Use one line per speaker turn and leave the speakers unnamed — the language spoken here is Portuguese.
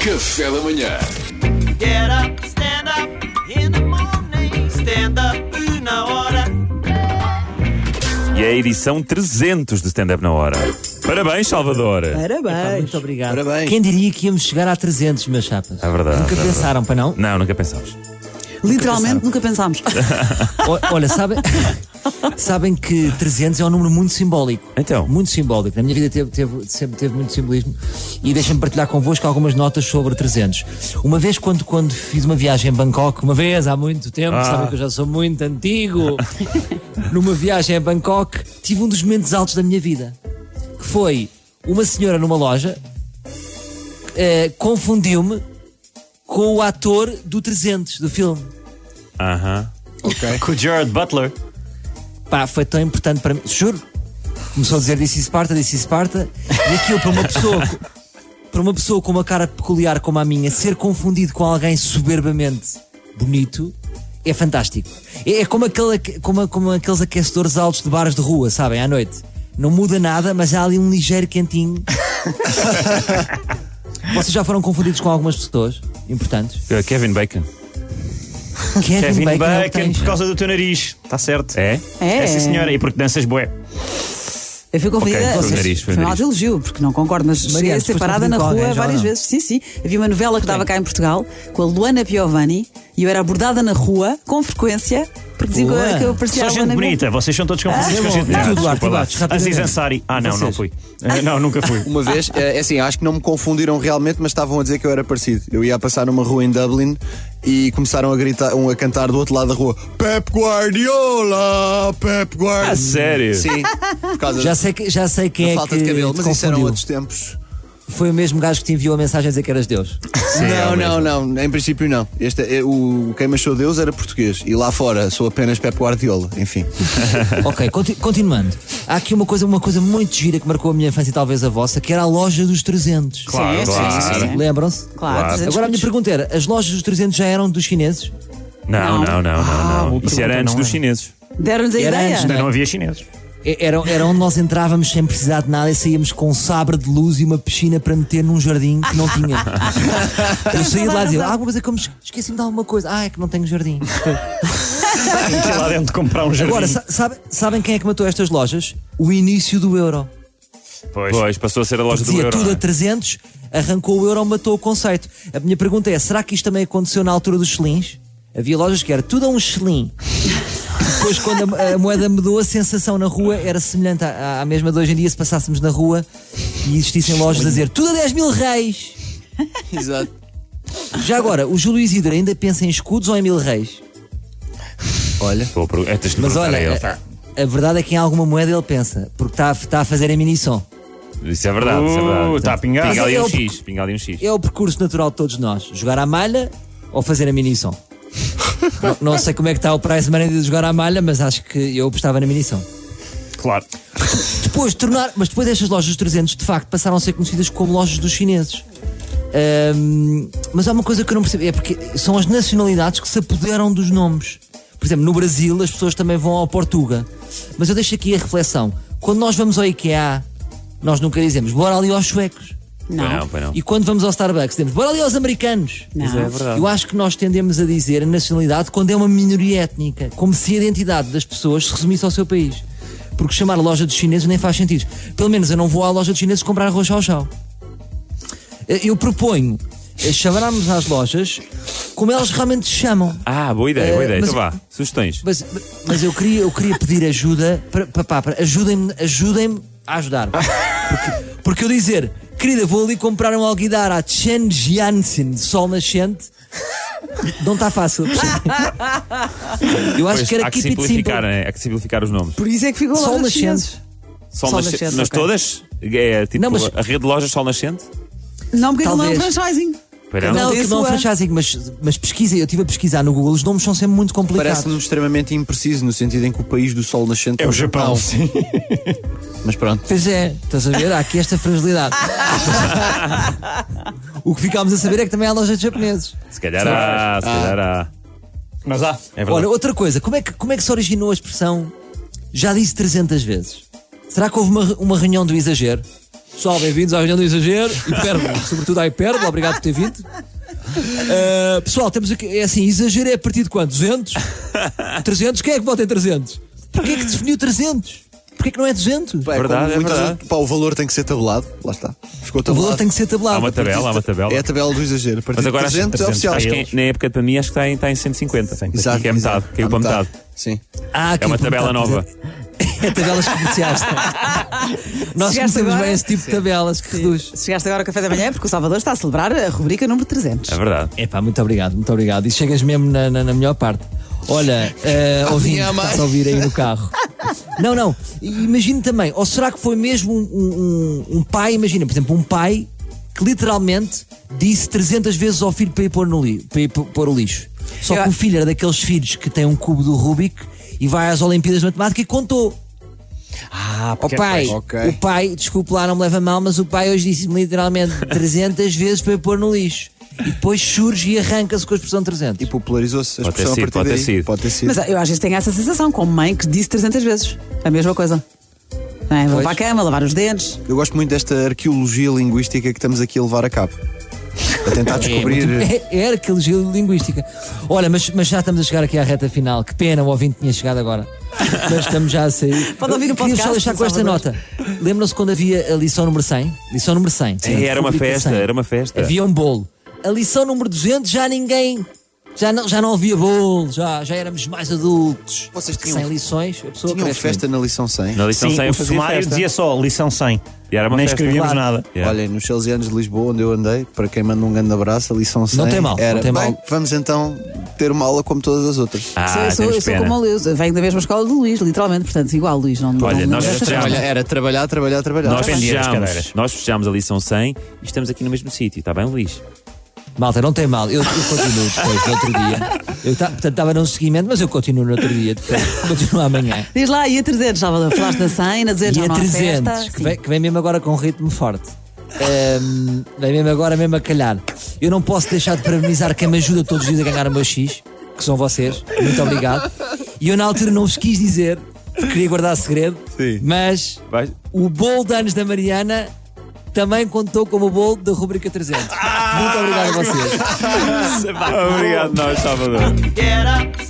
Café da manhã.
Get up, stand up in the morning. Stand up na hora.
E é a edição 300 de Stand Up na Hora. Parabéns, Salvador! É
Parabéns.
Muito obrigado.
Parabéns.
Quem diria que íamos chegar a 300, meus chapas? É
verdade.
Nunca
é verdade.
pensaram, para não?
Não, nunca pensámos.
Literalmente nunca pensámos.
O- Olha, sabem, sabem que 300 é um número muito simbólico.
Então.
Muito simbólico. Na minha vida teve, teve- sempre teve muito simbolismo. E deixem-me partilhar convosco algumas notas sobre 300. Uma vez, quando, quando fiz uma viagem em Bangkok, uma vez, há muito tempo,
Ah.
sabem que eu já sou muito antigo, numa viagem a Bangkok, tive um dos momentos altos da minha vida. Que foi uma senhora numa loja eh, confundiu-me com o ator do 300 do filme.
Aham.
Ok.
Com o Jared Butler.
pá, foi tão importante para mim, juro. Começou a dizer disse Esparta, disse Esparta, e aquilo para uma pessoa co- para uma pessoa com uma cara peculiar como a minha, ser confundido com alguém soberbamente bonito é fantástico. É, é como, aquele, aque- como, como aqueles aquecedores altos de bares de rua, sabem, à noite. Não muda nada, mas há ali um ligeiro quentinho. Vocês já foram confundidos com algumas pessoas importantes?
Uh, Kevin Bacon.
Kevin,
Kevin
Bacon, é o que
Bacon
tens.
por causa do teu nariz. Está certo.
É?
É.
sim, senhora. E porque danças bué.
Eu fui convidada.
foi o
vocês-
nariz, foi o
foi um
nariz.
alto elogio, porque não concordo, mas cheguei a
Mariana,
ser
foste
parada na
convidada com
rua
alguém já ou
várias
não?
vezes. Sim, sim. Havia uma novela que estava cá em Portugal com a Luana Piovani e eu era abordada na rua com frequência porque diziam que eu- que eu parecia
Só
a
gente
Luana Piovani.
bonita. Vocês são todos confusos
Ah,
com
bom,
gente
tudo lá,
bonita. Desculpa
tudo
lá.
lá, desculpa,
Aziz
tudo lá.
Ansari. Ah, não, não
Vocês?
fui. Eh, Não, nunca fui.
Uma vez, é é assim, acho que não me confundiram realmente, mas estavam a dizer que eu era parecido. Eu ia a passar numa rua em Dublin e começaram a gritar, um a cantar do outro lado da rua: Pep Guardiola! Pep Guardiola!
Ah, sério?
Sim, por causa
Já sei, que- já sei quem
da
é
falta
que
de cabelo,
te
mas isso eram
confundiu.
outros tempos.
Foi o mesmo gajo que te enviou a mensagem a dizer que eras Deus.
Sim, é o
não,
mesmo.
não, não, em princípio não. Este é, o Quem Machou Deus era português e lá fora sou apenas Pep Guardiola, enfim.
ok, conti- continuando. Há aqui uma coisa, uma coisa muito gira que marcou a minha infância e talvez a vossa, que era a loja dos 300.
Claro,
Sim,
claro.
sim, sim, sim.
Lembram-se?
Claro, 300
Agora a minha
escudos.
pergunta era: as lojas dos 300 já eram dos chineses?
Não, não, não, não.
Ah,
não. Isso era antes
é.
dos chineses.
Deram-nos a
Era
ideia.
antes,
Ainda não havia chineses.
E- Era, era onde nós entrávamos sem precisar de nada e saíamos com um sabre de luz e uma piscina para meter num jardim que não tinha. Eu saí de lá e dizia: Ah, vou fazer como esqueci-me de alguma coisa. Ah, é que não tenho jardim.
Fui lá dentro comprar um jardim.
Agora, sa- sabe- sabem quem é que matou estas lojas? O início do euro.
Pois.
Pois, passou a ser a loja do
dizia
euro.
tudo
não é?
a 300, arrancou o euro, matou o conceito. A minha pergunta é: será que isto também aconteceu na altura dos chelins? Havia lojas que era tudo a um chelim. Depois, quando a, a moeda mudou, a sensação na rua era semelhante à, à mesma de hoje em dia. Se passássemos na rua e existissem lojas a dizer tudo a 10 mil reis.
Exato.
Já agora, o Júlio Isidro ainda pensa em escudos ou em mil reis?
Olha,
Vou pergun- é, tens de
Mas
perguntar
olha,
a ele.
a, a verdade é que em alguma moeda ele pensa, porque está a, está a fazer a mini-som.
Isso é verdade, isso é
Uh,
verdade.
tá
está a pingar.
Pinga ali um
eh, Mas eu-
X, pinga ali um X.
é o percurso natural de todos nós: jogar à malha ou fazer a minição. não, não sei como é que está o prize money de jogar à malha, mas acho que eu apostava na minição.
Claro.
Depois tornar, mas depois estas lojas dos 300 de facto passaram a ser conhecidas como lojas dos chineses. Ahm, mas há uma coisa que eu não percebo, é porque são as nacionalidades que se apoderam dos nomes. Por exemplo, no Brasil as pessoas também vão ao Portuga. Mas eu deixo aqui a reflexão. Quando nós vamos ao IKEA, nós nunca dizemos bora ali aos suecos.
Pois
Não.
não, pois não.
E quando vamos ao Starbucks, dizemos bora ali aos americanos.
Não. Isso é
verdade.
Eu acho que nós tendemos a dizer a nacionalidade quando é uma minoria étnica, como se a identidade das pessoas se resumisse ao seu país. Porque chamar loja dos chineses nem faz sentido. Pelo menos eu não vou à loja dos chineses comprar arroz ao chão. Eu proponho eh, chamarmos às lojas como elas realmente se chamam.
Ah, boa ideia, boa
Eh,
ideia.
mas-
Então vá, sugestões.
Mas, mas eu, queria, eu queria pedir ajuda para, para, pá, para- ajudem-me ajudem a ajudar. Porque, porque eu dizer, querida, vou ali comprar um alguidar à Chen Jiansen de sol nascente, não está fácil. percebe? Eu acho
Pois,
que era
há que
keep it simple.
simplificar, né? há que simplificar os nomes.
Por isso é que ficou
Sol
logo dos
nascente.
Sol,
Sol
nascente.
Nascente,
Mas
ok.
todas? É tipo
Não, mas-
a rede de lojas Sol Nascente?
chineses. Não, porque aquilo não é um
Talvez.
franchising.
Pois
Não,
não?
tem
que não
sua.
franchising, mas, mas pesquisa, eu estive a pesquisar no Google, os nomes são sempre muito complicados.
parece-me extremamente impreciso no sentido em que o país do sol nascente
É o Japão. Sim.
Mas pronto.
Pois é, estás a ver? Há aqui esta fragilidade. o que ficámos a saber é que também há lojas de japoneses.
Se calhar há, se calhar há.
Mas há.
É verdade.
Olha, outra coisa, como é, que, como é que se originou a expressão já disse 300 vezes? Será que houve uma, uma reunião do exagero? Pessoal, bem-vindos à reunião do Exagero. Hipérbole, sobretudo à hipérbole, obrigado por ter vindo. Uh, pessoal, temos aqui, é assim, exagero é a partir de quanto? 200? 300? Quem é que vota em 300? Porquê é que definiu 300? Porquê é que não é 200?
Pá, é
Verdade,
como
é
muitas
verdade.
vezes- pá, o valor tem que ser tabulado. Lá está. Ficou
O
tabulado.
valor tem que ser
Há
tabelado.
uma tabela, há uma tabela.
É a tabela do exagero. A partir
Mas agora
de
acho,
300 é oficial.
acho que na época de pandemia acho que está em, está em 150.
Exato,
que é metade,
exato.
caiu
À
para metade.
Sim.
Ah,
É uma
aqui,
tabela
portanto,
nova.
É tabelas comerciais. Nós
Chegaste
conhecemos
agora?
bem esse tipo de tabelas que reduz.
Chegaste agora ao café da manhã porque o Salvador está a celebrar a rubrica número 300.
É verdade.
É pá, muito obrigado, muito obrigado. E chegas mesmo na, na- na melhor parte. Olha, uh, ouvindo,
minha mãe.
estás a ouvir aí no carro. Não, não, e imagino também, ou será que foi mesmo um, um- um pai, imagina, por exemplo, um pai que literalmente disse 300 vezes ao filho para ir pôr, no li, para ir pôr- pôr o lixo. Só
Eu-
que o filho era daqueles filhos que tem um cubo do Rubik e vai às Olimpíadas de Matemática e contou.
Ah,
O pai,
Ok.
o pai, desculpe lá, não me leva a mal, mas o pai hoje disse-me literalmente 300 vezes para eu pôr no lixo. E depois surge e arranca-se com a expressão 300.
E popularizou-se a
Pode ter
expressão a
sido,
partir
pode ter
daí.
sido.
Pode ter sido.
Mas eu às vezes tenho essa sensação, como mãe que disse 300 vezes a mesma coisa. Não é? Vou para a cama, lavar os dentes.
Eu gosto muito desta arqueologia linguística que estamos aqui a levar a cabo. A tentar descobrir.
É, é arqueologia linguística. Olha, mas, mas já estamos a chegar aqui à reta final. Que pena, o ouvinte tinha chegado agora. Mas estamos já a sair.
Pode ouvir o
Queria só
podcast,
deixar com esta
Salvador.
nota. Lembram-se quando havia a lição número 100? Lição número 100.
Ei, era uma
Rubrica
festa,
100.
era uma festa.
Havia um bolo. A lição número 200 já ninguém. Já não, já não havia bolo, já, já éramos mais adultos.
Vocês
Porque
tinham-
um-
Sem lições, a pessoa
Tinham
cresce
festa na lição 100.
Na lição
Sim,
100 eu
o
fazia
sumário
festa.
dizia só lição 100.
E era uma
Nem
festa,
escrevíamos
claro.
nada.
Yeah.
Olhem, nos 6 anos de Lisboa, onde eu andei, para quem manda um grande abraço, a lição 100
tem mal,
era.
não tem
"Bem,
mal."
Vamos então ter uma aula como todas as outras.
Ah,
eu sou,
temos
eu sou
pena.
como o Luís, eu venho da mesma escola do Luís, literalmente, portanto, igual Luís, não
Olha,
não,
nós
não,
já-
Olha, era trabalhar, trabalhar, trabalhar.
Nós
Dependia das
fechamos,
cadeiras.
nós fechamos a lição 100 e estamos aqui no mesmo sítio, está bem, Luís?
Malta, não tem mal. Eu, eu continuo depois, no outro dia. Eu ta- portanto, estava num seguimento, mas eu continuo no outro dia. Depois, continuo amanhã.
Diz lá, e a 300, Salvador? Falaste na 100, na 200,
E
já
a
não há
300,
festa.
que
Sim.
vem, que vem mesmo agora com um ritmo forte. Ahm, vem mesmo agora, mesmo a calhar. Eu não posso deixar de parabenizar quem me ajuda todos os dias a ganhar o meu X, que são vocês. Muito obrigado. E eu na altura não vos quis dizer, porque queria guardar segredo,
Sim.
mas
Vai.
o bolo de anos da Mariana também contou como o bolo da rubrica 300. Muito obrigado a vocês.
Obrigado, nós, Salvador.
Get up,